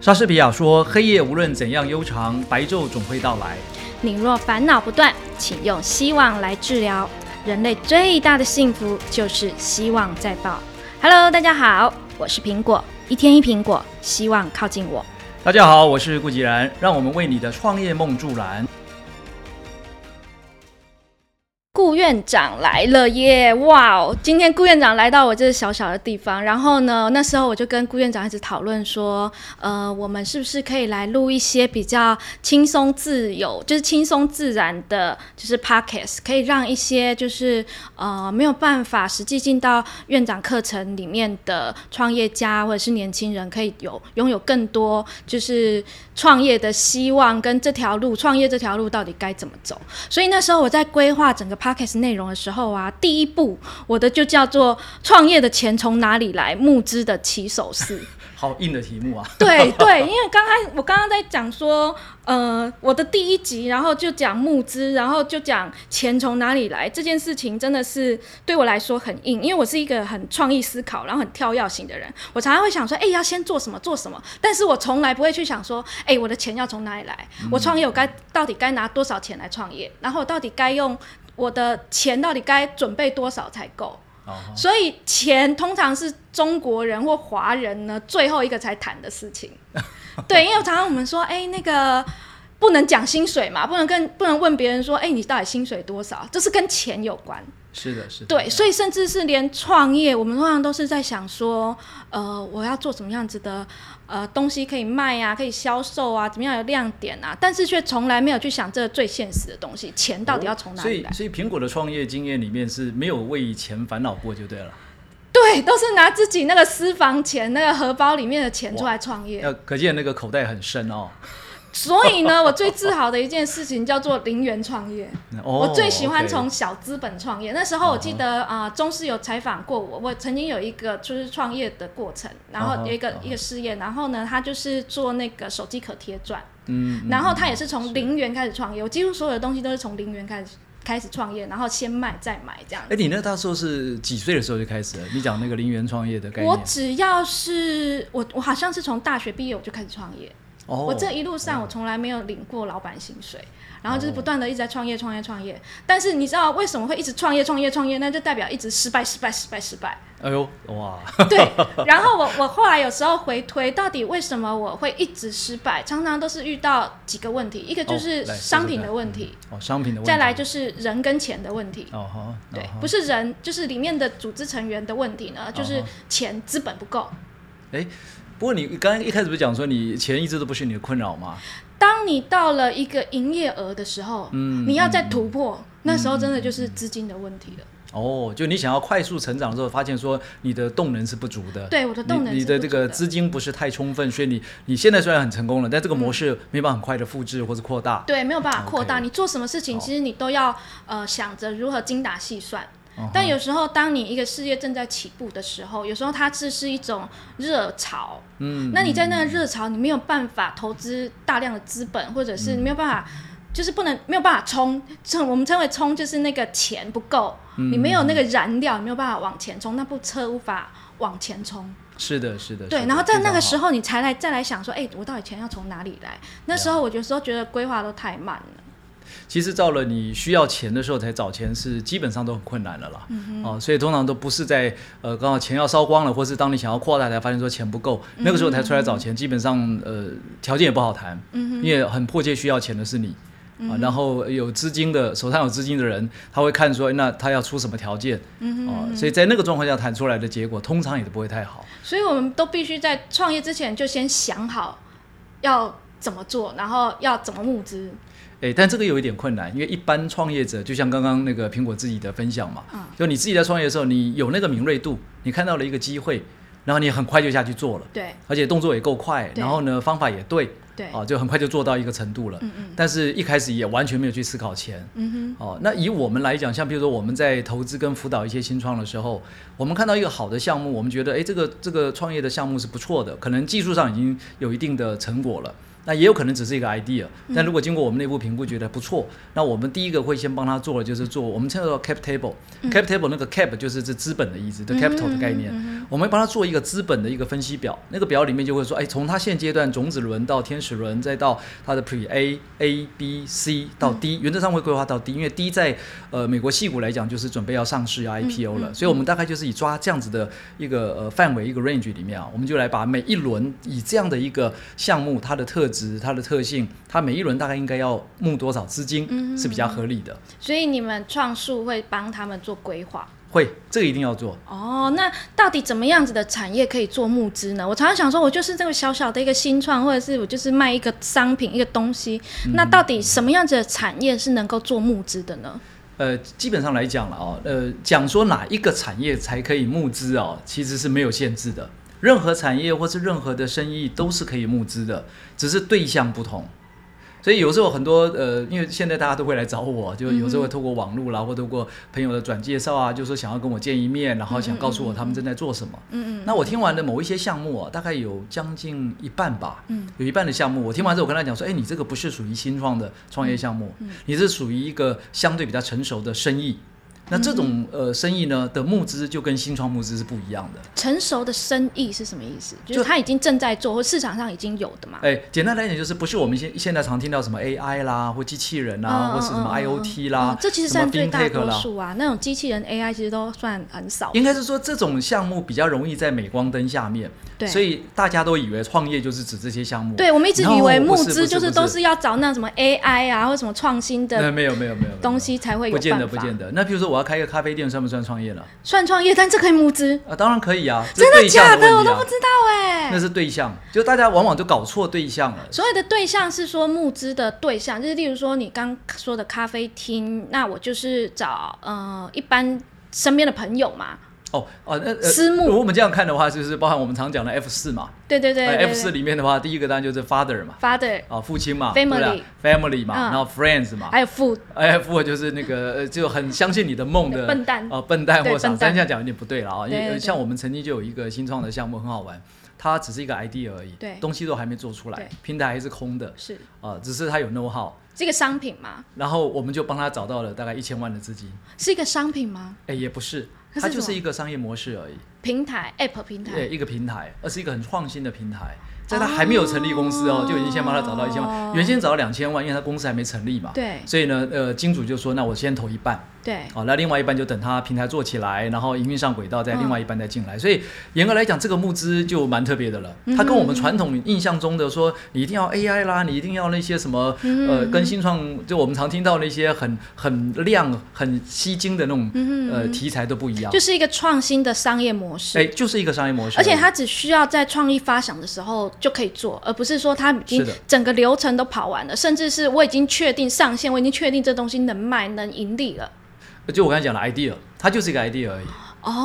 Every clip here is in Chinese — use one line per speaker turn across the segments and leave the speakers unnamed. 莎士比亚说：“黑夜无论怎样悠长，白昼总会到来。
你若烦恼不断，请用希望来治疗。人类最大的幸福就是希望在爆。Hello，大家好，我是苹果，一天一苹果，希望靠近我。”
大家好，我是顾吉然，让我们为你的创业梦助燃。
顾院长来了耶！哇哦，今天顾院长来到我这小小的地方，然后呢，那时候我就跟顾院长一直讨论说，呃，我们是不是可以来录一些比较轻松自由，就是轻松自然的，就是 pockets，可以让一些就是呃没有办法实际进到院长课程里面的创业家或者是年轻人，可以有拥有更多就是创业的希望跟这条路，创业这条路到底该怎么走。所以那时候我在规划整个 podcast 内容的时候啊，第一步我的就叫做“创业的钱从哪里来，募资的起手式”。
好硬的题目 啊！
对对，因为刚开我刚刚在讲说，呃，我的第一集，然后就讲募资，然后就讲钱从哪里来这件事情，真的是对我来说很硬，因为我是一个很创意思考，然后很跳跃型的人。我常常会想说，哎、要先做什么做什么，但是我从来不会去想说，哎、我的钱要从哪里来？我创业我该到底该拿多少钱来创业？然后我到底该用我的钱到底该准备多少才够？
哦，
所以钱通常是中国人或华人呢最后一个才谈的事情。 对，因为常常我们说，哎、那个不能讲薪水嘛，不能跟不能问别人说，哎、你到底薪水多少？这是跟钱有关。
是的，是的。
对，所以甚至是连创业，我们通常都是在想说，呃，我要做什么样子的呃东西可以卖啊，可以销售啊，怎么样有亮点啊，但是却从来没有去想这个最现实的东西，钱到底要从哪
所
里
以
来？，
所以苹果的创业经验里面是没有为钱烦恼过，就对了。
对，都是拿自己那个私房钱、那个荷包里面的钱出来创业。
要可见那个口袋很深哦。
所以呢，我最自豪的一件事情叫做零元创业。
哦哦
我最喜欢
OK
从小资本创业。那时候我记得啊、呃中视有采访过我，我曾经有一个就是创业的过程，然
嗯
后
哼
有一个、
嗯哼
一个事业，然后呢，他就是做那个手机可贴钻，
嗯，嗯
然后他也是从零元开始创业。我几乎所有的东西都是从零元开始开始创业，然后先卖再买这样
哎、。你那大时候是几岁的时候就开始了？你讲那个零元创业的概
我
念。
只要是我，我好像是从大学毕业我就开始创业，
哦，
我这一路上我从来没有领过老板薪水，然后就是
哦
不断的一直在创业、创业、创业。但是你知道为什么会一直创业、创业、创业？那就代表一直失败、失败、失败、失败。
哎呦哇，
对。然后我我后来有时候回推，到底为什么我会一直失败？常常都是遇到几个问题，一个就
哦
是
来
商品
说
的
说
问题，
哦，商品的问题。
再来就是人跟钱的问题。
哦好，
对
哦，好
不是人，就是里面的组织成员的问题呢，就是
哦
钱资本不够。
哎不过你刚刚一开始不是讲说你钱一直都不是你的困扰吗？
当你到了一个营业额的时候，
嗯
你要再突破，那时候真的就是资金的问题了。
哦，就你想要快速成长的时候，发现说你的动能是不足的。
对我的动能
你，你
是
的
不
这
足
个
的
资金不是太充分，所以你你现在虽然很成功了，但这个
嗯
模式没办法很快的复制或是扩大。
对，没有办法扩大。
OK
你做什么事情，其实你都要呃想着如何精打细算。
嗯哼
但有时候，当你一个事业正在起步的时候，有时候它只是一种热潮。
嗯，
那你在那个热潮，你没有办法投资大量的资本，或者是
嗯
你没有办法，就是不能没有办法冲，称我们称为冲，就是那个钱不够，
嗯
你没有那个燃料，你没有办法往前冲，那部车无法往前冲。
是的，是的。
对，
是
然后
的
在那个时
候，
候，你才来再来想说，哎、我到底钱要从哪里来？那时候我有时候觉得规划都太慢了。
其实到了你需要钱的时候才找钱，是基本上都很困难了啦。哦，所以通常都不是在呃刚好钱要烧光了，或是当你想要扩大才发现说钱不够，那个时候才出来找钱，基本上呃条件也不好谈，因为很迫切需要钱的是你。啊，然后有资金的，手上有资金的人，他会看说，哎那他要出什么条件，啊，所以在那个状况下谈出来的结果，通常也都不会太好。
所以我们都必须在创业之前就先想好要怎么做，然后要怎么募资。
诶，但这个有一点困难，因为一般创业者就像刚刚那个苹果自己的分享嘛，
嗯
就你自己在创业的时候，你有那个敏锐度，你看到了一个机会，然后你很快就下去做了，
对
而且动作也够快，
对
然后呢方法也对，
对，
啊，就很快就做到一个程度了。
嗯嗯
但是一开始也完全没有去思考钱。
嗯哼，
哦，那以我们来讲，像比如说我们在投资跟辅导一些新创的时候，我们看到一个好的项目，我们觉得诶，这个这个创业的项目是不错的，可能技术上已经有一定的成果了。那也有可能只是一个 idea，但如果经过我们内部评估觉得不错，那我们第一个会先帮他做的就是做我们称之为 cap table、cap table 那个 cap 就是这资本的意思，对 capital 的概念，我们会帮他做一个资本的一个分析表，那个表里面就会说，哎，从他现阶段种子轮到天使轮，再到他的 pre A A B C 到 D，、原则上会规划到 D，因为 D 在呃美国戏股来讲就是准备要上市啊 IPO 了，所以我们大概就是以抓这样子的一个呃范围一个 range 里面啊，我们就来把每一轮以这样的一个项目它的特质、它的特性，它每一轮大概应该要募多少资金是比较合理的。
所以你们创数会帮他们做规划。
会，这个一定要做。
哦，那到底怎么样子的产业可以做募资呢？我常常想说，我就是这个小小的一个新创，或者是我就是卖一个商品、一个东西，那到底什么样子的产业是能够做募资的呢？
呃，基本上来讲了哦，呃，讲说哪一个产业才可以募资哦，其实是没有限制的，任何产业或是任何的生意都是可以募资的，只是对象不同。所以有时候很多呃，因为现在大家都会来找我，啊就有时候会透过网络啦，或透过朋友的转介绍啊，就说想要跟我见一面，然后想告诉我他们正在做什么。
嗯嗯，
那我听完的某一些项目啊，大概有将近一半吧，嗯，有一半的项目，我听完之后，我跟他讲说，哎，你这个不是属于新创的创业项目，
嗯
你是属于一个相对比较成熟的生意。那这种
嗯
呃生意呢的募资就跟新创募资是不一样的。
成熟的生意是什么意思？就
就是
他已经正在做，或市场上已经有的嘛。
哎，简单来讲就是不是我们现现在常听到什么 AI 啦，或机器人啦，
嗯
或是什么
嗯嗯嗯
IOT 啦，
嗯这其实
什么
占最大
FinTech
多
啦。
数啊。那种机器人 AI 其实都算很少。
应该是说这种项目比较容易在镁光灯下面，
对
所以大家都以为创业就是指这些项目。
对，我们一直
No，
以为募
不是不
资
是
就是
不
都是要找那什么 AI 啊，或什么创新
呃
的
没有没有没有没有
东西才会
不
有办
见
法。
得不见得。那譬如说我要开一个咖啡店，算不算创业了？
算创业，但这可以募资，
啊，当然可以啊，这
真
是
的
对象
假
的
我
问题
都
啊
不知道哎、
那是对象，就大家往往都搞错对象了。
所谓的对象是说募资的对象，就是例如说你刚说的咖啡厅，那我就是找呃一般身边的朋友嘛，
哦哦，那、呃、
私募
如果我们这样看的话，就是包含我们常讲的 F 四嘛。
对对对对对
f 四里面的话，第一个当然就是 father 嘛，
father，
啊，父亲嘛
Family
对吧 family 嘛，
嗯
然后 friends 嘛，
还有 food，
哎，父就是那个呃就很相信你的梦的
笨蛋
哦，笨蛋
对
或傻
笨
三
蛋
这样讲有点不对了啊、因
对
为
对
呃像我们曾经就有一个新创的项目很好玩，它只是一个 idea 而已，
对
东西都还没做出来
对，
平台还是空的，
是
啊、只是它有 know how，
这个商品吗？
然后我们就帮他找到了大概一千万的资金，
是一个商品吗？
哎，也不是，
它
它
是
就
什
是
么
一个商业模式而已，
平台 app 平
对，
台，
一个平台，而是一个很创新的平台。在他还没有成立公司哦，
哦
就已经先帮他找到一千万，原先找到两千万，因为他公司还没成立嘛。
对
所以呢，呃，金主就说，那我先投一半，
对，
哦好，那另外一半就等它平台做起来，然后营运上轨道，再
嗯
另外一半再进来。所以严格来讲，这个募资就蛮特别的了。它跟我
嗯
们传统印象中的说，你一定要 AI 啦，你一定要那些什么
嗯
呃，跟新创就我们常听到那些很很亮、很吸睛的那种
嗯
呃题材都不一样
就。是一个创新的商业模式。
哎，就是一个商业模式已，
而且它只需要在创意发想的时候就可以做，而不是说它已经
是的
整个流程都跑完了，甚至是我已经确定上线，我已经确定这东西能卖能盈利了。
就我刚才讲的 idea，它就是一个 idea 而已。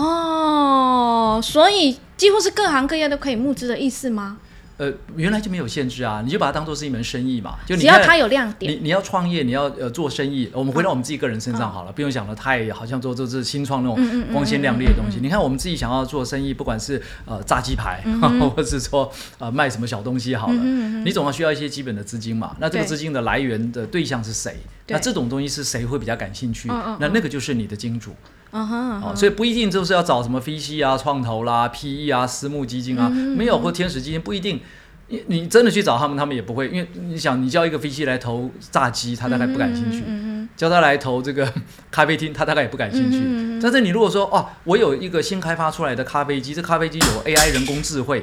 哦，所以几乎是各行各业都可以募资的意思吗？
呃，原来就没有限制啊，你就把它当做是一门生意嘛。就你
只要
看
它有亮点
你，你要创业，你要呃做生意，我们回到我们自己个人身上好了，不用想的太好像做这是新创那种光鲜亮丽的东西。你看我们自己想要做生意，不管是呃炸鸡排，或是说呃卖什么小东西好了，你总要需要一些基本的资金嘛。那这个
对
资金的来源的对象是谁？
对
那这种东西是谁会比较感兴趣？
嗯嗯嗯
那那个就是你的金主。
嗯哼，
哦，所以不一定就是要找什么 VC 啊、创投啦、PE 啊、私募基金啊，没有或天使基金不一定。你你真的去找他们，他们也不会，因为你想，你叫一个 VC 来投炸鸡，他大概不感
嗯
兴趣；叫他来投这个 咖啡厅，他大概也不感兴趣。但是你如果说哦，我有一个新开发出来的咖啡机，这咖啡机有 AI 人工智慧，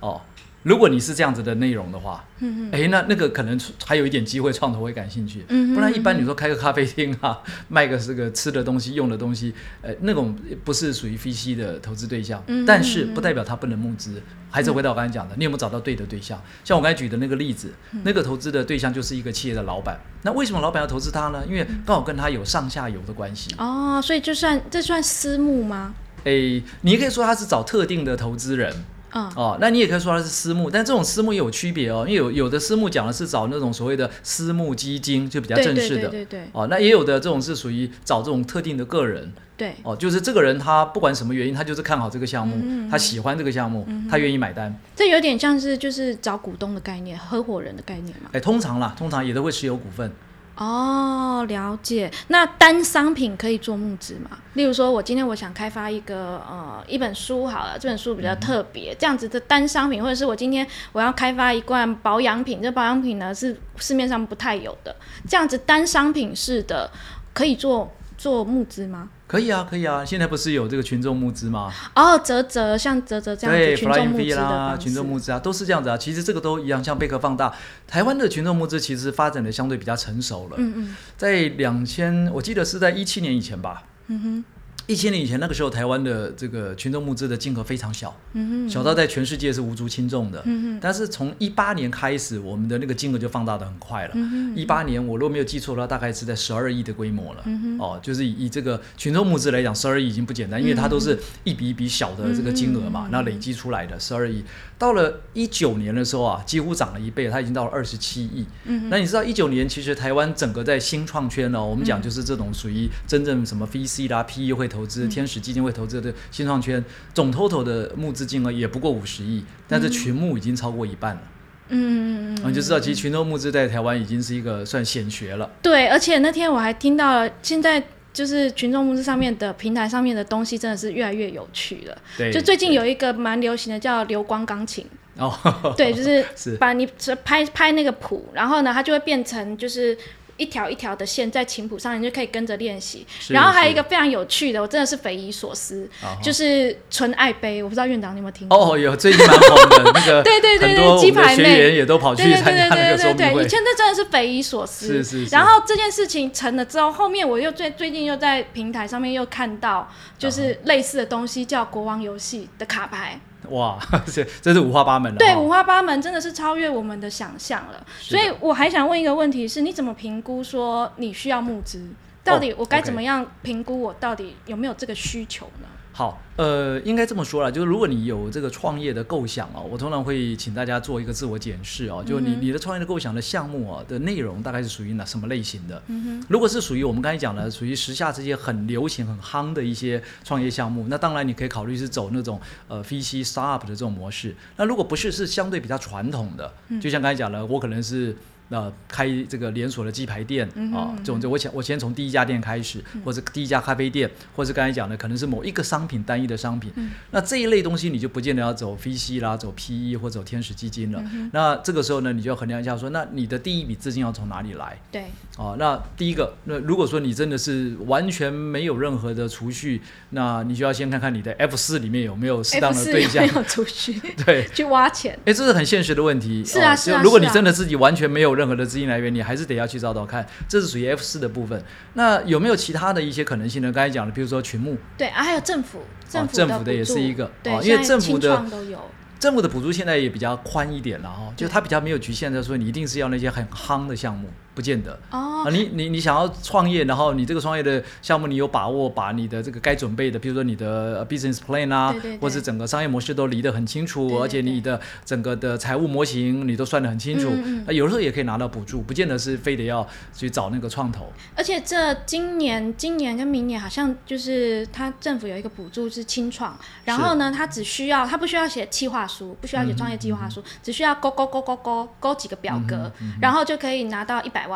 哦，如果你是这样子的内容的话，哎，那那个可能还有一点机会，创投会感兴趣。不然一般你说开个咖啡厅啊， 卖个这个吃的东西、用的东西，呃，那种不是属于 VC 的投资对象，但是不代表它不能募资。还是回到我刚才讲的，你有没有找到对的对象？像我刚才举的那个例子，
嗯
那个投资的对象就是一个企业的老板。那为什么老板要投资他呢？因为
嗯
刚好跟他有上下游的关系。
哦，所以就算这算私募吗？
诶，你也可以说他是找特定的投资人，
嗯
哦，那你也可以说它是私募，但这种私募也有区别哦，因为有有的私募讲的是找那种所谓的私募基金，就比较
对
正
对
式
对
的。
对对
哦，那也有的这种是属于找这种特定的个人
对，
哦，就是这个人他不管什么原因，他就是看好这个项
嗯
目，他喜欢这个项目，他愿意买单。
这有点像是就是找股东的概念、合伙人的概念嘛。
哎，通常啦，通常也都会持有股份。
哦，了解。那单商品可以做募资吗？例如说，我今天我想开发一个呃一本书好了，这本书比较特别，这样子的单商品，或者是我今天我要开发一罐保养品，这保养品呢是市面上不太有的，这样子单商品式的可以做做募资吗？
可以啊，可以啊，现在不是有这个群众募资吗？
哦，泽泽像泽泽这样
对
子群众
，Flying
募
V
资的
啦，
方式，
群众募资啊，都是这样子啊。其实这个都一样，像贝壳放大，台湾的群众募资其实发展的相对比较成熟了。
嗯嗯
在两千，我记得是在一七年以前吧。
嗯
一七年以前，那个时候台湾的这个群众募资的金额非常小，
嗯
小到在全世界是无足轻重的。
嗯
但是从一八年开始，我们的那个金额就放大的很快了。
嗯
一八、年，我如果没有记错的话，大概是在十二亿的规模了。
嗯
哦，就是以以这个群众募资来讲，十二亿已经不简单，因为它都是一笔一笔小的这个金额
嗯
嘛，那、累积出来的十二亿。到了一九年的时候啊，几乎涨了一倍，它已经到了二十七亿。
嗯
那你知道一九年其实台湾整个在新创圈呢、我们
嗯
讲就是这种属于真正什么 VC 啦、PE 会投
嗯
资、天使基金会投资的新创圈，总 total 的募资金额也不过五十亿，但是群募已经超过一半了。
嗯嗯嗯嗯
你就知道，其实群众募资在台湾已经是一个算显学了。
对，而且那天我还听到了，现在就是群众募资上面的平台上面的东西真的是越来越有趣了。
对，
就最近有一个蛮流行的叫流光钢琴，
哦，
对，就是
是
把你拍拍那个谱，然后呢，它就会变成就是。一条一条的线在琴谱上，你就可以跟着练习。
是
然后还有一
是
个非常有趣的，我真的是匪夷所思，
啊哈
就是纯爱杯。我不知道院长你有没有听过？
哦，有最近蛮红的那个，
对对对
很
对
多我
鸡
们的
排
学
妹
员也都跑
对
去
对
参
对
加那
对
个说
对
明
对，
会
以。前这真的是匪夷所思。
是是是
然后这件事情成了之后，后面我又最最近又在平台上面又看到，
嗯
就是类似的东西叫国王游戏的卡牌。
哇， 这真是五花八门了。
对，
哦
五花八门，真的是超越我们的想象了。
是
所
的
以我还想问一个问题是，你怎么评估说你需要募资？到底我该
哦 OK
怎么样评估我到底有没有这个需求呢？
好，呃，应该这么说啦，就是如果你有这个创业的构想哦，我通常会请大家做一个自我检视哦，就你你的创业的构想的项目哦的内容大概是属于哪什么类型的？嗯、如果是属于我们刚才讲的，属于时下这些很流行、很夯的一些创业项目，那当然你可以考虑是走那种呃 VC startup 的这种模式。那如果不是，是相对比较传统的，就像刚才讲的，我可能是。呃，开这个连锁的鸡排店啊、
嗯
这种就我想我先从第一家店开始，或者第一家咖啡店，或是刚才讲的可能是某一个商品单一的商品，
嗯
那这一类东西你就不见得要走 VC 啦，走 PE 或走天使基金
嗯
了。那这个时候呢，你就要衡量一下说，那你的第一笔资金要从哪里来？
对，
哦，那第一个，那如果说你真的是完全没有任何的储蓄，那你就要先看看你的 F 四里面有没有适当
F
的
四
对象
有没。有出去
对，
去挖钱？
哎，这是很现实的问题。
是啊
哦
是啊
就如果
是
你
啊
真的自己完全没有任何的资金来源，你还是得要去找找看，这是属于 F 四的部分。那有没有其他的一些可能性呢？刚才讲的，比如说群募，
对啊，还有政府，政府
哦政
的
府的
补
也是
助
一个
对
哦，因为
现在
政府
青
的
创都有，
政府的补助现在也比较宽一点了哈、哦，就它比较没有局限在说你一定是要那些很夯的项目，不见得。
哦
啊，你你你想要创业，然后你这个创业的项目，你有把握把你的这个该准备的，比如说你的呃 business plan 啊，
对对对
或是整个商业模式都理得很清楚，
对对
而且你的整个的财务模型你都算得很清楚，
嗯嗯嗯
啊有时候也可以拿到补助，不见得是非得要去找那个创投。
而且这今年、今年跟明年好像就是它政府有一个补助是清创，然后呢，它只需要它不需要写企划书，不需要写创业计划书，只需要勾勾勾勾勾勾几个表格，然后就可以拿到一百万。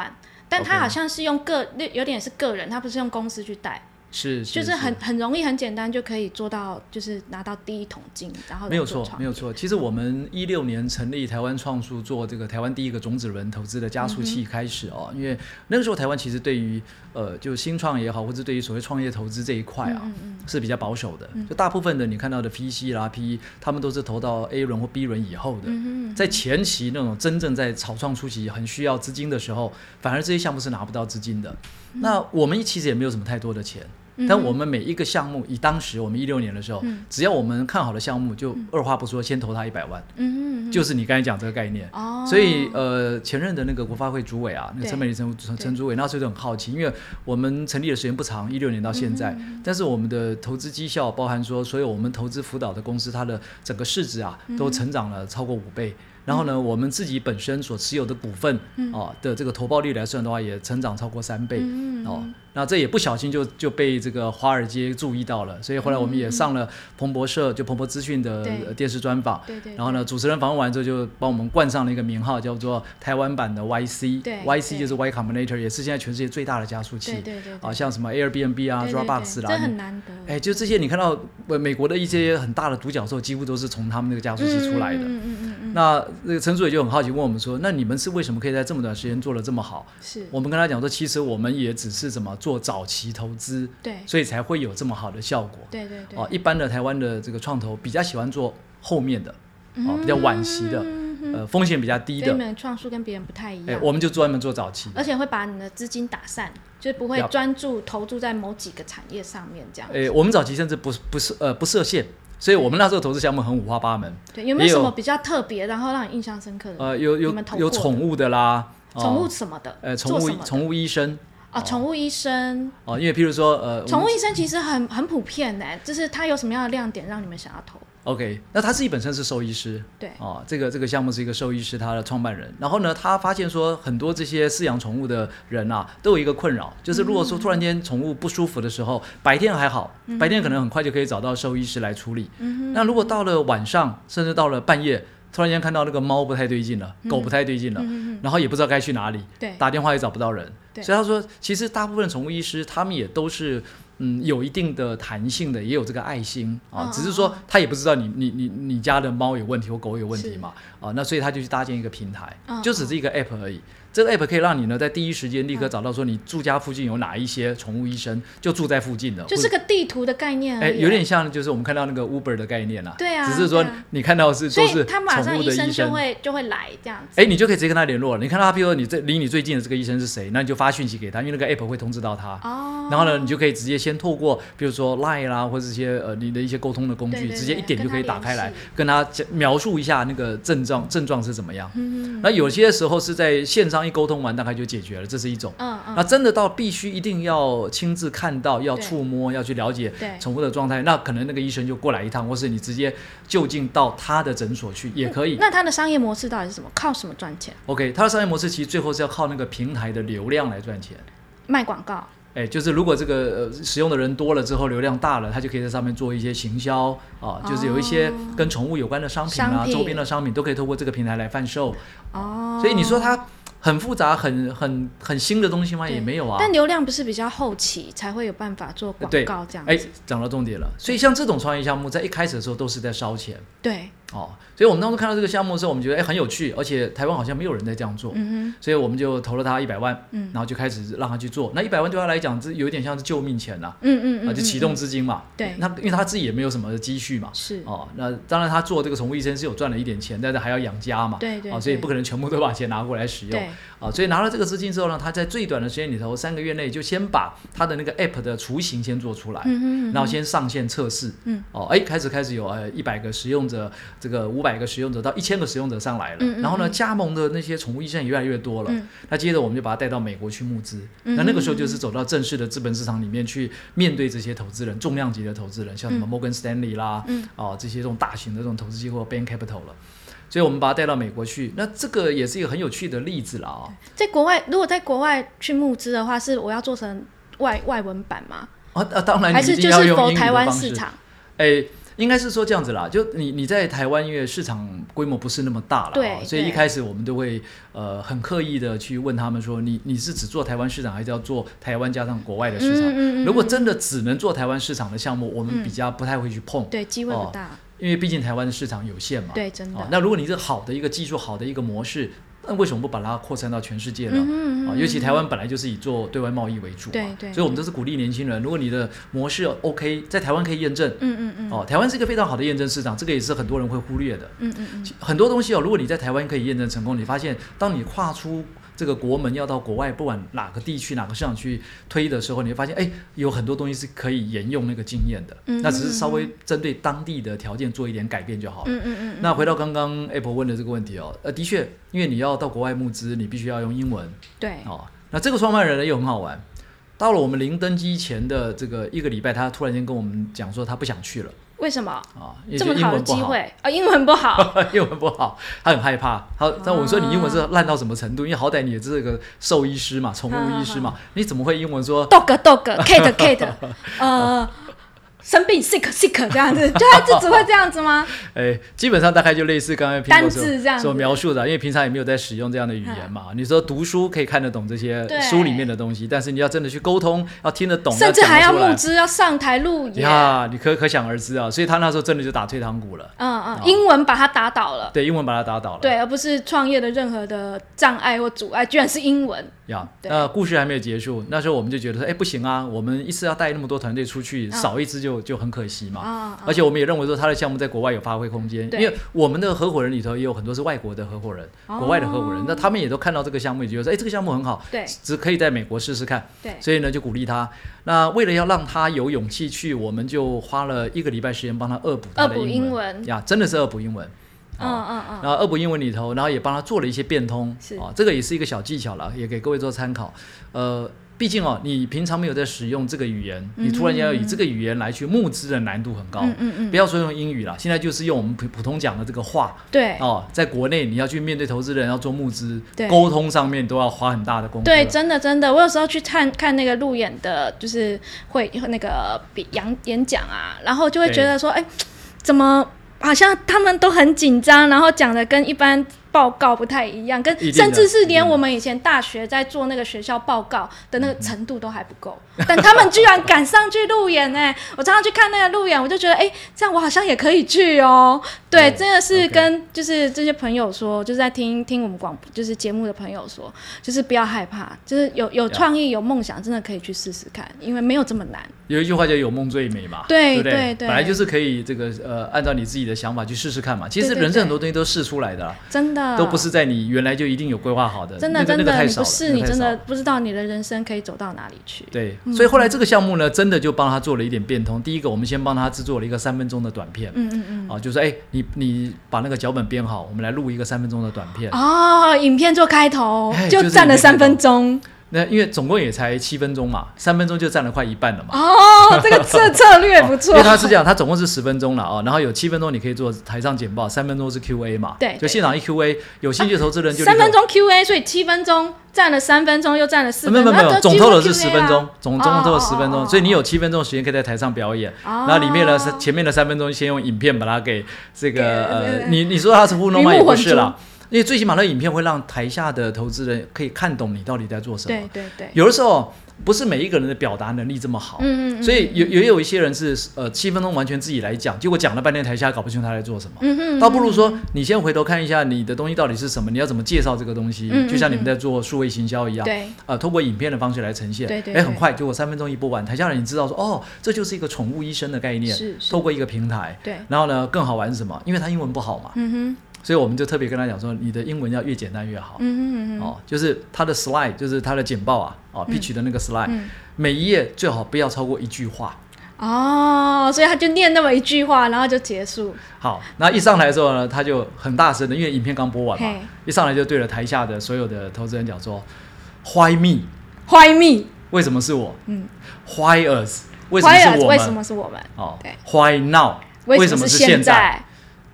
但
OK
它好像是用个有点是个人，它不是用公司去贷，
是，
就是很很容易、很简单就可以做到，就是拿到第一桶金，然后
没有
做
错，
创
没有错。其实我们一六年成立台湾创数，做这个台湾第一个种子轮投资的加
嗯
速器开始哦，因为那个时候台湾其实对于呃就新创也好，或者对于所谓创业投资这一块
嗯
啊，是比较保守的。就大部分的你看到的 VC 啦、PE，他们都是投到 A 轮或 B 轮以后的，
嗯
在前期那种真正在草创初期很需要
嗯
资金的时候，反而这些项目是拿不到资金的。那我们其实也没有什么太多的钱。但我们每一个项目，以当时我们一六年的时候，
嗯
只要我们看好的项目，就二话不说先投他一百万，
嗯嗯嗯，
就是你刚才讲这个概念。
哦，
所以呃，前任的那个国发会主委啊，那个
对
陈美丽陈陈
对
陈主委，那时候就很好奇，因为我们成立的时间不长，一六
嗯
年到现在，但是我们的投资绩效，包含说所有我们投资辅导的公司，它的整个市值啊，
嗯
都成长了超过五倍。然后呢，我们自己本身所持有的股份啊的这个投报率来算的话，也成长超过三倍
嗯
哦。那这也不小心就就被这个华尔街注意到了，所以后来我们也上了彭博社，就彭博资讯的
对
呃电视专访。
对对，
然后呢，主持人访问完之后就帮我们冠上了一个名号，叫做台湾版的 YC。
对对
YC 就是 Y Combinator，也是现在全世界最大的加速器。
对对对
啊，像什么 Airbnb 啊、
对对对
Dropbox 啦，
这很难得，
哎，就这些你看到呃美国的一些很大的独角兽，几乎都是从他们那个加速器出来的。
嗯嗯嗯嗯嗯，
那那个陈主也就很好奇问我们说，那你们是为什么可以在这么短时间做的这么好？
是，
我们跟他讲说，其实我们也只是怎么做早期投资，
对
所以才会有这么好的效果。
对对对，
哦，一般的台湾的这个创投比较喜欢做后面的，哦，比较晚期的，
嗯哼
呃，风险比较低
所以你
的，
们创数跟别人不太一
哎，
样，
我们就专门做早期的。
而且会把你的资金打散，就是不会
Yup
专注投注在某几个产业上面这样。
哎，我们早期甚至不不是呃不设限，所以我们那时候投资项目很五花八门，
对，有没
也
有什
有
么比较特别，然后让你印象深刻的？
呃，有
你
有
们投
有
过的
宠物的啦，哦
宠物什么的？
呃，宠
做什
物
么的？
宠物医生
啊，宠物医生，
哦，因为譬如说呃，我们
宠物医生其实很很普遍呢，就是它有什么样的亮点让你们想要投？
OK，那他自己本身是兽医师，
对
哦，这个这个项目是一个兽医师，他的创办人。然后呢，他发现说，很多这些饲养宠物的人啊，都有一个困扰，就是如果说突然间宠物不舒服的时候，白天还好，白天可能很快就可以找到兽医师来处理。那如果到了晚上，甚至到了半夜，突然间看到那个猫不太对劲了，狗不太对劲了，然后也不知道该去哪里，
对
打电话也找不到人。
对
所以他说，其实大部分宠物医师他们也都是。嗯，有一定的弹性的，也有这个爱心
嗯
啊，
嗯
只是说他也不知道你你你你家的猫有问题或狗有问题嘛啊，那所以他就去搭建一个平台
嗯，
就只是一个 app 而已。这个 app 可以让你呢在第一时间立
嗯
刻找到说你住家附近有哪一些宠物医生，就住在附近的，
就是个地图的概念
或
而
哎
已。
有点像就是我们看到那个 Uber 的概念啦，
对啊
只是说
对啊
你看到的是
所
都是
以他马上
宠物
医
的医
就
生。
会就会来这样子。
哎，你就可以直接跟他联络了。你看到他，譬如说你这离你最近的这个医生是谁，那你就发讯息给他，因为那个 app 会通知到他。
哦，
然后呢，你就可以直接先透过，比如说 Line 啦，或者一些呃你的一些沟通的工具，
对对对
直接一点就可以打开来，跟他讲描述一下那个症状症状是怎么样。
嗯
那有些时候是在线上一沟通完，大概就解决了，这是一种。
嗯嗯，
那真的到必须一定要亲自看到，要
对
触摸，要去了解
对
宠物的状态，那可能那个医生就过来一趟，或是你直接就近到他的诊所去也可以。
那它的商业模式到底是什么？靠什么赚钱？
OK，它的商业模式其实最后是要靠那个平台的流量来赚钱。
卖广告。
哎，就是如果这个呃使用的人多了之后，流量大了，它就可以在上面做一些行销啊，就是有一些跟宠物有关的商品
哦商
啊、
品
周边的商品都可以透过这个平台来贩售。
哦，
所以你说它很复杂、很很很新的东西吗？
对
也没有啊。
但流量不是比较后期才会有办法做广
对
告这样
哎
子？，
讲到重点了。所以像这种创业项目，在一开始的时候都是在烧钱
对，
哦。所以我们当初看到这个项目的时候，我们觉得哎很有趣，而且台湾好像没有人在这样做。
嗯
所以我们就投了他一百万，
嗯
然后就开始让他去做。那一百万对他来讲，这有一点像是救命钱呐、
哼，嗯嗯嗯，
啊，就启动资金嘛。
对
那因为他自己也没有什么积蓄嘛。
是，
哦，那当然他做这个宠物医生是有赚了一点钱，但是还要养家嘛。
对对
啊，所以
对
不可能全部都把钱拿过来使用。
对，
啊，所以拿了这个资金之后呢，他在最短的时间里头，三个月内就先把他的那个 app 的雏形先做出来。
嗯
然后先上线测试，
嗯，
哦，哎，开始开始有呃一百个使用者，这个五百个使用者到一千个使用者上来了，
嗯嗯
然后呢，加盟的那些宠物医生也越来越多了，
嗯
那接着我们就把它带到美国去募资，
嗯
那那个时候就是走到正式的资本市场里面去面对这些投资人，重量级的投资人，像什么 Morgan Stanley 啦，
嗯
哦，这些这种大型的这种投资机构 Bain Capital 了。所以我们把它带到美国去，那这个也是一个很有趣的例子了啊、
在国外，如果在国外去募资的话，是我要做成外外文版吗？
啊，啊当然
还
你一
是
定
就
要
是
用英
否
语的
台湾
方
市
式。
场？
诶，哎应该是说这样子啦，就你你在台湾，因为市场规模不是那么大了、
对
哦，所以
对
一开始我们都会呃很刻意的去问他们说，你你是只做台湾市场，还是要做台湾加上国外的市场？
嗯
如果真的只能做台湾市场的项目，我们比较不太会去碰，
对机会不大，
因为毕竟台湾的市场有限嘛。
嗯对，真的。
哦，那如果你是好的一个技术，好的一个模式，那为什么不把它扩散到全世界呢？
嗯嗯嗯
啊，尤其台湾本来就是以做对外贸易为主嘛，
对对
所以我们都是鼓励年轻人，如果你的模式 OK，在台湾可以验证，
嗯嗯嗯
哦，台湾是一个非常好的验证市场，这个也是很多人会忽略的。
嗯嗯嗯，
很多东西哦，如果你在台湾可以验证成功，你发现当你跨出这个国门要到国外，不管哪个地区、哪个市场去推的时候，你会发现，哎，有很多东西是可以沿用那个经验的。
嗯哼
那只是稍微针对当地的条件做一点改变就好了。
嗯嗯嗯，
那回到刚刚 Apple 问的这个问题哦，呃，的确，因为你要到国外募资，你必须要用英文
对，
哦。那这个创办人呢又很好玩，到了我们临登机前的这个一个礼拜，他突然间跟我们讲说他不想去了
为什么
啊，因为
这
觉得
么
英
好的
文不
机
好，
会啊？英文不好，
英文不好，他很害怕。他但我说你英文
啊
是烂到什么程度？因为好歹你也是个兽医师嘛，宠物医师嘛，你怎么会英文说
dog dog cat cat，呃，生病 sick sick 这样子，就他就只会这样子吗？
哎，基本上大概就类似刚才苹
单
果
字
所
这样子啊
所描述的啊，因为平常也没有在使用这样的语言嘛。你说读书可以看得懂这些
对
书里面的东西，但是你要真的去沟通，要听得懂，
甚至
讲得
还要
出来
募资，要上台路演，嗯
呀，你可可想而知啊。所以他那时候真的就打退堂鼓了，
嗯，英文把他打倒了。
对，英文把他打倒了。
对，而不是创业的任何的障碍或阻碍，居然是英文。
呀，
对
那故事还没有结束，那时候我们就觉得说，哎，不行啊，我们一次要带那么多团队出
嗯
去，少一支就就很可惜嘛。
啊
而且我们也认为说他的项目在国外有发挥空间，
对
因为我们的合伙人里头也有很多是外国的合伙人，
哦
国外的合伙人，那他们也都看到这个项目，也觉得说，哎，这个项目很好，
对
只可以在美国试试看，
对
所以呢就鼓励他。那为了要让他有勇气去，我们就花了一个礼拜时间帮他恶补他的
恶补
英
英文
呀，真的是恶补英文。
嗯
啊
嗯嗯，
然后恶补英文里头，然后也帮他做了一些变通，
是
啊，这个也是一个小技巧了，也给各位做参考。呃，毕竟哦，你平常没有在使用这个语言，你突然间要以这个语言来去募资的难度很高。
嗯嗯嗯嗯，
不要说用英语啦，现在就是用我们普普通讲的这个话
对
哦，在国内你要去面对投资人，要做募资
对，
沟通上面都要花很大的功夫。
对，真的真的，我有时候去看看那个路演的，就是会那个比演演讲啊，然后就会觉得说，哎、怎么好像他们都很紧张，然后讲的跟一般报告不太一样，跟
一定的
甚至是
一定
连
的
我们以前大学在做那个学校报告的那个程度都还不够，
嗯
但他们居然敢上去路演呢、我常常去看那个路演，我就觉得，哎、这样我好像也可以去哦。对，
哦
真的是
OK
跟就是这些朋友说，就是在听听我们广就是节目的朋友说，就是不要害怕，就是有有
Yeah
创意、有梦想，真的可以去试试看，因为没有这么难。
有一句话叫“有梦最美”嘛，
对
不
对
本
对
来就是可以这个呃，按照你自己的想法去试试看嘛。其实
对对
人
对
生很多东西都试出来的啦，
真的
都不是在你原来就一定有规划好的，
嗯真的、
那个
真的，
那个太
你
少
不
了，
试，
那
你
个太
真
少
的嗯
了
不知道你的人生可以走到哪里去。
对，所以后来这个项目呢，真的就帮他做了一点变通。第一个，我们先帮他制作了一个三分钟的短片，
嗯嗯嗯。
啊，就是哎，你你把那个脚本编好，我们来录一个三分钟的短片。
哦，影片做开头
哎
就
就是
占了
影片
三
开头
分钟
那因为总共也才七分钟嘛，三分钟就占了快一半了 嘛。
哦，这 个策策略不
哦因
错
为。他是这样，他总共是十分钟了啊、然后有七分钟你可以做台上简报，三分钟是 Q&A 嘛，
对
就现场一 Q&A，有兴趣的投资人就立刻
三分钟 Q&A，所以七分钟占了三分钟，又占了四
啊没
分
有没有没
钟，那
有，
就
总
几乎
total 是
Q&A
十分钟
啊，
总总
哦哦
total
哦
十分
哦
钟，所以你有七分钟的时间可以在台上表演，
哦
然后里面呢是前面的三分钟先用影片把它给这
给
个
对
呃
对，
你你说它是糊弄吗？
鱼
也
目混
不是啦
珠，
因为最起码那影片会让台下的投资人可以看懂你到底在做什
对
么。
对对，
有的时候不是每一个人的表达能力这么好，
嗯嗯嗯
所以有也有一些人是呃七分钟完全自己来讲，结果讲了半天台下搞不清楚他在做什么。
嗯哼，
倒不如说，你先回头看一下你的东西到底是什么，你要怎么介绍这个东西，
嗯嗯
就像你们在做数位行销一样。
对，
呃，通过影片的方式来呈现，
对对
哎，
对
很快，结果三分钟一播完，台下人你知道说，哦，这就是一个宠物医生的概念，
是是
透过一个平台，
对
然后呢，更好玩是什么？因为他英文不好嘛，
嗯哼，
所以我们就特别跟他讲说，你的英文要越简单越好，
嗯哼嗯哼，
哦，就是他的 slide，就是他的简报啊，哦，pitch 的那个 slide，、
嗯
每一页最好不要超过一句话。
哦，所以他就念那么一句话，然后就结束，
好，那一上台的时候呢，他就很大声的，因为影片刚播完嘛
嘿，
一上来就对着台下的所有的投资人讲说，Why me？
坏命，
为什么是我
嗯，
？Why us？为什么
坏
是
了，
我
为
们？
什么是我们？
哦
对
，Why now？
为
什么
是
现在？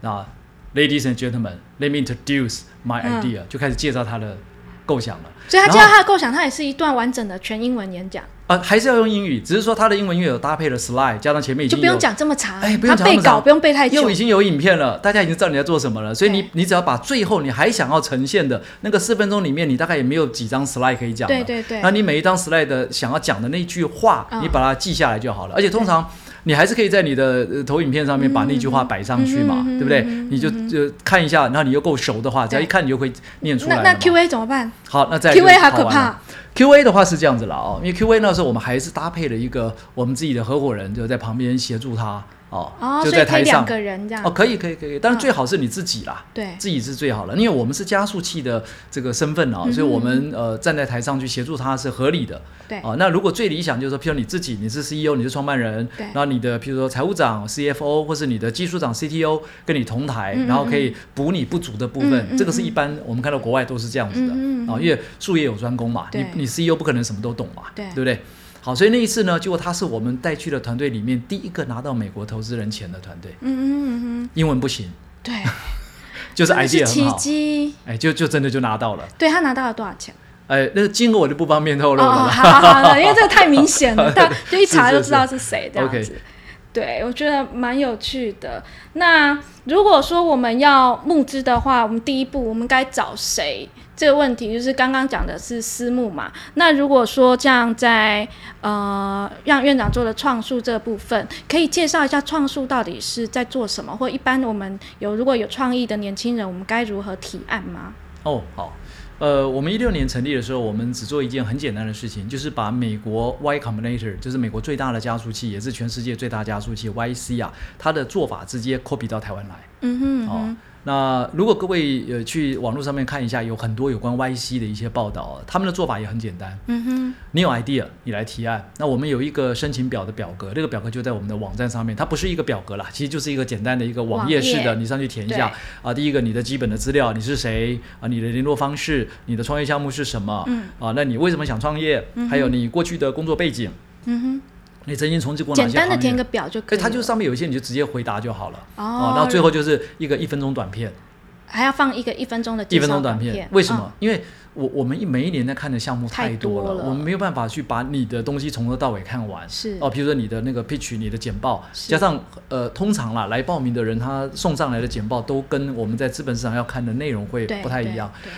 在？
啊，Ladies and gentlemen，let me introduce my
嗯
idea，、就开始介绍他的构想了。
所以他
然
知道
后
他的构想，他也是一段完整的全英文演讲，
呃，还是要用英语，只是说他的英文因为有搭配了 slide，加上前面已
就
经
不用
有
讲这么长，
哎不
他
用讲那
背
么
稿
长
不用背太久
又，已经有影片了，大家已经知道你在做什么了，所以你
对
你只要把最后你还想要呈现的那个四分钟里面，你大概也没有几张 slide 可以讲了，
对对对
那你每一张 slide 的想要讲的那句话，
嗯
你把它记下来就好了，而且通常。你还是可以在你的呃投影片上面把那句话摆上去嘛，
嗯嗯嗯
对不对？
嗯
你就就呃看一下，然后你又够熟的话，只要一看你就会念出来
那
了
那
嘛
Q&A 怎么办
好，那再来就
？Q&A 好
好
可
玩了
怕，
Q&A 的话是这样子了哦，因为 Q&A 那时候我们还是搭配了一个我们自己的合伙人就在旁边协助他哦，
哦，
就
所以
在
可
台
以
上
两个人啊这样。
哦，可以可以可以，当然
嗯
最好是你自己啦。
对，
自己是最好了，因为我们是加速器的这个身
嗯
份啊，所以我们呃站在台上去协助他是合理的。
对
啊，那如果最理想就是说，譬如你自己，你是 CEO，你是创办人，
对
然后你的譬如说财务长、CFO 或是你的技术长、CTO 跟你同台，
嗯嗯
然后可以补你不足的部分，
嗯嗯
这个是一般我们看到国外都是这样子的、
嗯嗯嗯
啊，因为术业有专攻嘛，你
对
你 CEO 不可能什么都懂嘛，
对
对不对？好，所以那一次呢，结果他是我们带去的团队里面第一个拿到美国投资人钱的团队，
嗯嗯嗯嗯，
英文不行，
对，
就是 idea
真
很好
的。是奇迹。
哎，就就真的就拿到了。
对他拿到了多少钱？
哎，那个金额我就不方便透露了
哦，
啦。
好好好的，因为这个太明显了，大就一查就知道是谁这样
是是
子。对，我觉得蛮有趣的。那如果说我们要募资的话，我们第一步我们该找谁？这个问题就是刚刚讲的是私募嘛。那如果说这样在呃让院长做的创述这部分，可以介绍一下创述到底是在做什么，或一般我们有如果有创意的年轻人，我们该如何提案吗？
哦，好。呃，我们一六年成立的时候，我们只做一件很简单的事情，就是把美国 Y Combinator，就是美国最大的加速器，也是全世界最大加速器 YC 啊，它的做法直接 copy 到台湾来。
嗯哼嗯
哦
哼，
那如果各位呃去网络上面看一下，有很多有关 YC 的一些报道啊，他们的做法也很简单，
嗯哼，
你有 idea，你来提案。那我们有一个申请表的表格，这个表格就在我们的网站上面，它不是一个表格啦，其实就是一个简单的一个网页式
网页
的，你上去填一下啊。第一个你的基本的资料，你是谁啊？你的联络方式，你的创业项目是什么？
嗯
啊，那你为什么想创业？还有你过去的工作背景，
嗯哼。
你曾经从事过哪些
简
行业？
单的填个表就
哎，
可以了。
它就上面有一些你就直接回答就好了。
哦
啊，那最后就是一个一分钟短片。
还要放一个一分钟的介
一
绍
分钟短
片嗯
片，，为什么？因为我我们一每一年在看的项目
太
太多
多
了，
了
我们没有办法去把你的东西从头到尾看完。
是
哦，比如说你的那个 pitch、你的简报，
是
加上呃，通常啦，来报名的人他送上来的简报都跟我们在资本市场要看的内容会
嗯？对，
不太一样。
对。对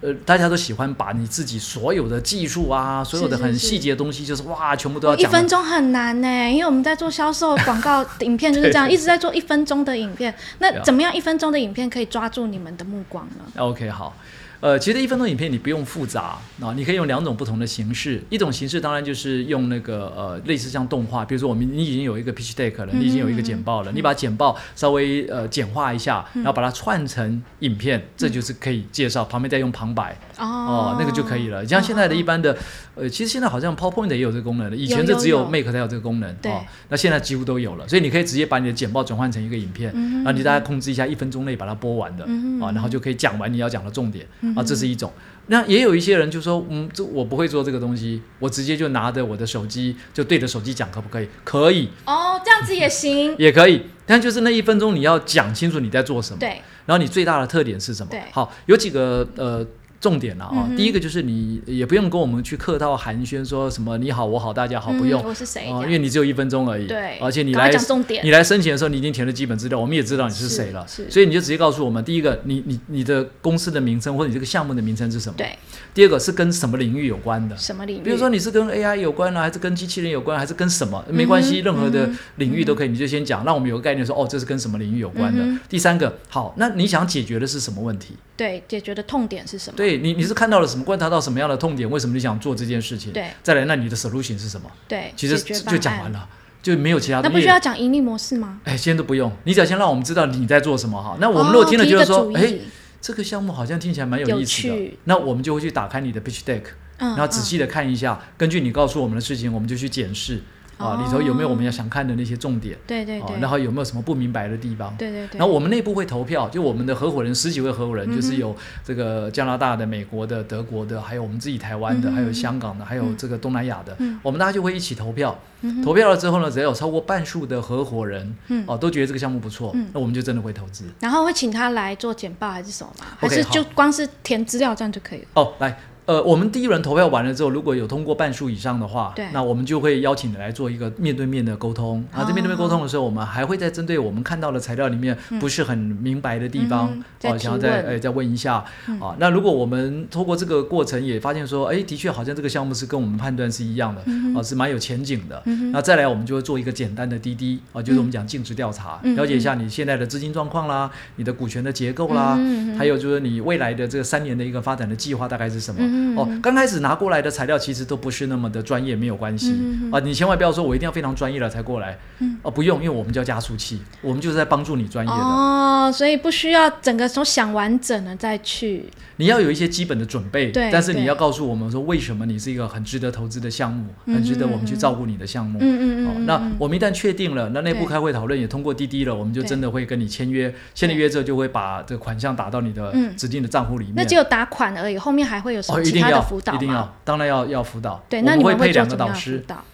呃，大家都喜欢把你自己所有的技术啊，所有的
是
很
是是
细节的东西，就是哇，全部都要
哦一
讲
分
得。
钟很难呢，因为我们在做销售广告影片就是这样，一直在做一分钟的影 片。那
Yeah
怎么样一分钟的影片可以抓住你们的目光呢？
OK，好。呃，其实一分钟影片你不用复杂啊，你可以用两种不同的形式。一种形式当然就是用那个呃类似像动画，比如说我们你已经有一个 pitch deck 了，你已经有一个简报了，你把简报稍微呃简化一下，然后把它串成影片，这就是可以介绍，旁边再用旁白哦、那个就可以了。像现在的
哦
一般的呃，其实现在好像 PowerPoint 也有这个功能的，以前
有
就
有
只有
有
Make 才有这个功能
对
哦，那现在几乎都有了，所以你可以直接把你的简报转换成一个影片，啊
嗯哼
然后你大概控制一下一分钟内把它播完的。
嗯
啊，然后就可以讲完你要讲的重点
嗯
啊，
哼
这是一种。那也有一些人就说，嗯，这我不会做这个东西，我直接就拿着我的手机，就对着手机讲，可不可以？可以，
哦，这样子也行。
也可以。但就是那一分钟，你要讲清楚你在做什么，
对，
然后你最大的特点是什么
对？
好，有几个呃。重点了啊、
嗯哼
第一个就是你也不用跟我们去客套寒暄，说什么你好我好大家好，不用
嗯我是谁？
哦，
这
因为
样
你只有一分钟而已，
对
而且你
赶快
来
讲重点
你来申请的时候，你已经填了基本资料，我们也知道你是谁了，
是是
所以你就直接告诉我们，第一个，你你你的公司的名称或者你这个项目的名称是什么？
对
第二个是跟什么领域有关的？
什么领域？
比如说你是跟 AI 有关呢、还是跟机器人有关，还是跟什么？没关系，
嗯嗯哼
任何的
嗯哼
领域都可以，你就先讲，让我们有个概念说，哦，这是跟什么领域有关的。
嗯
第三个，好，那你想解决的是什么问题？
对解决的痛点是什么？
对你，你是看到了什么，观察到什么样的痛点？为什么你想做这件事情？
对
再来，那你的 solution 是什么？
对，
其实
解决
就
方
就讲
案
完。了，就没有其他
那
东
不
西
需。要讲盈利模式吗？
哎，先都不用，你只要先让我们知道你在做什么哈。那我们如果听了
哦
觉得
提一个
说
主，意
哎、这个项目好像听起来蛮
有
意思的
趣，
那我们就会去打开你的 pitch deck，、
嗯
然后仔细的看一下，根据你告诉我们的事情，我们就去检视啊、
哦
里头有没有我们要想看的那些重点，
对对
啊
对，
然后有没有什么不明白的地方。
对对对，嗯
然后我们内部会投票，就我们的合伙人十几位合伙人，就是有这个加拿大的、美国的、德国的，还有我们自己台湾的，
嗯哼
还有香港的，还有这个东南亚的，
嗯
我们大家就会一起投票。
嗯哼
投票了之后呢，只要有超过半数的合伙人
嗯
哦都觉得这个项目不错，
嗯
那我们就真的会投资。
然后会请他来做简报还是什么吗？还
OK，
是
好
就光是填资料这样就可以了？
哦，来，呃，我们第一轮投票完了之后，如果有通过半数以上的话
对，哦
那我们就会邀请你来做一个面对面的沟通。啊，这面对面沟通的时候，我们还会再针对我们看到的材料里面不是很明白的地方
嗯，再
哦，想要
提
再
问嗯
呃再问一下啊。那如果我们透过这个过程也发现说，哎，的确好像这个项目是跟我们判断是一样的，
嗯
啊，是蛮有前景的。那再来，我们就会做一个简单的滴滴啊，就是我们讲尽职调查，
嗯
了解一下你现在的资金状况啦，你的股权的结构啦
嗯嗯嗯，
还有就是你未来的这个三年的一个发展的计划大概是什么
嗯
哦，刚开始拿过来的材料其实都不是那么的专业，没有
嗯
关系啊，你千万不要说我一定要非常专业了才过来，哦，不用，因为我们叫加速器，我们就是在帮助你专业的。
哦，所以不需要整个都想完整了再去。
你要有一些基本的准备，
对
但是
对
你要告诉我们说，为什么你是一个很值得投资的项目，很值得我们去照顾你的项目。
嗯嗯
哦
嗯，嗯，
那我们一旦确定了，那内部
对
开会讨论也通过滴滴了，我们就
对
真的会跟你签约。签了约之后，就会把这个款项打到你的
嗯
指定的账户里面。
那只有打款而已，后面还会有什
哦，
么
一
其
定
他
要
的辅导
一定
吗？
要，当然要要辅导。
对，
我
那你
会
们
配
做
两
怎
个
么
导
样的辅
师
导？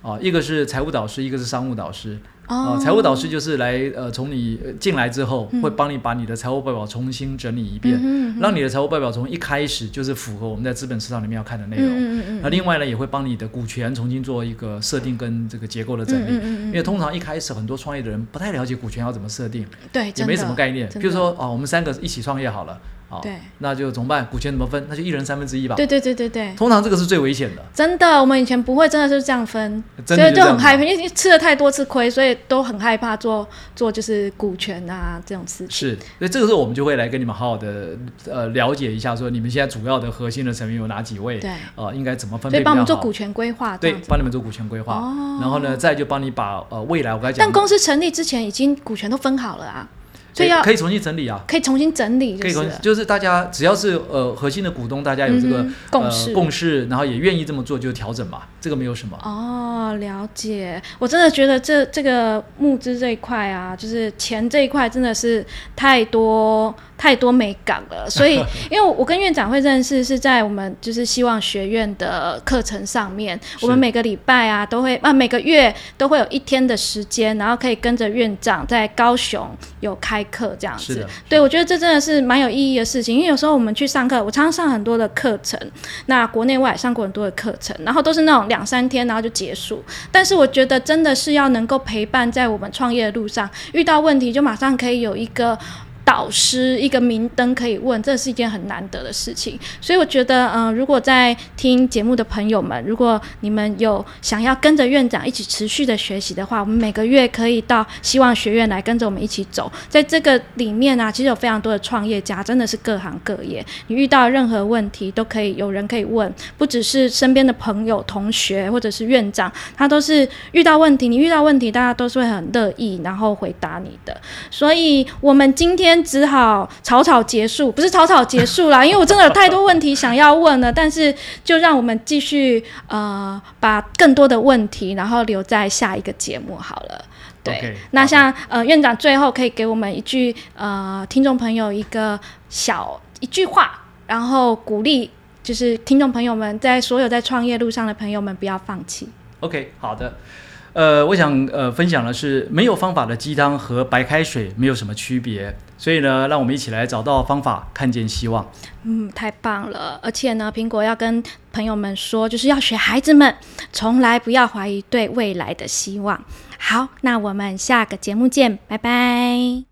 哦，一个是财务导师，一个是商务导师。啊、
哦，
财务导师就是来呃，从你呃进来之后，会帮你把你的财务报表重新整理一遍，
嗯
让你的财务报表从一开始就是符合我们在资本市场里面要看的内容。
嗯嗯嗯
那另外呢，也会帮你的股权重新做一个设定跟这个结构的整理，
嗯嗯嗯嗯
因为通常一开始很多创业的人不太了解股权要怎么设定，
嗯，对，
也
真
没
的
什么概念。
真
比如
的
说哦，我们三个一起创业好了，哦，
对，
那就怎么办？股权怎么分？那就一人三分之一吧。
对对对对对，
通常这个是最危险的。
真的，我们以前不会，真的就是这样分，
真的
所以
就
就
这样
很害怕，
分
因为吃了太多次亏，所以都很害怕做做就是股权啊这种事情。
是，所以这个时候我们就会来跟你们好好的呃了解一下，说你们现在主要的核心的成员有哪几位，
对，
呃，应该怎么分
所
配
以
比
帮
较好
我们做股权规划这
对
样，子。
帮你们做股权规划，
哦
然后呢，再就帮你把呃未来我刚才讲
但
的，
公司成立之前已经股权都分好了啊，所
对
以要
可以重新整理啊。
可以重新整理，
可
就
以
是啊
重
了
新，就是大家只要是呃核心的股东，大家有这个、
嗯哼共
呃
识
共识，然后也愿意这么做，就调整嘛，这个没有什么。
哦，了解。我真的觉得这这个募资这一块啊，就是钱这一块，真的是太多太多美感了。所以，因为我跟院长会认识是在我们就是希望学院的课程上面，我们
是
每个礼拜啊都会啊每个月都会有一天的时间，然后可以跟着院长在高雄有开课这样
是
子
的。
对，我觉得这真的是蛮有意义的事情，因为有时候我们去上课，我常常上很多的课程，那国内外也上过很多的课程，然后都是那种两三天，然后就结束。但是我觉得真的是要能够陪伴在我们创业的路上，遇到问题就马上可以有一个。导师一个明灯可以问，这是一件很难得的事情，所以我觉得，嗯、如果在听节目的朋友们，如果你们有想要跟着院长一起持续的学习的话，我们每个月可以到希望学院来跟着我们一起走。在这个里面啊，其实有非常多的创业家，真的是各行各业，你遇到任何问题都可以有人可以问，不只是身边的朋友、同学或者是院长，他都是遇到问题，你遇到问题，大家都是会很乐意然后回答你的。所以我们今天只好草草结束，不是草草结束啦，因为我真的有太多问题想要问了，但是就让我们继续呃，把更多的问题然后留在下一个节目好了。对
OK，
那
好
像呃院长最后可以给我们一句呃听众朋友一个小一句话，然后鼓励就是听众朋友们在所有在创业路上的朋友们不要放弃。
OK，好的。呃，我想呃分享的是没有方法的鸡汤和白开水没有什么区别，所以呢，让我们一起来找到方法，看见希望。
嗯，太棒了！而且呢，苹果要跟朋友们说，就是要学孩子们，从来不要怀疑对未来的希望。好，那我们下个节目见，拜拜。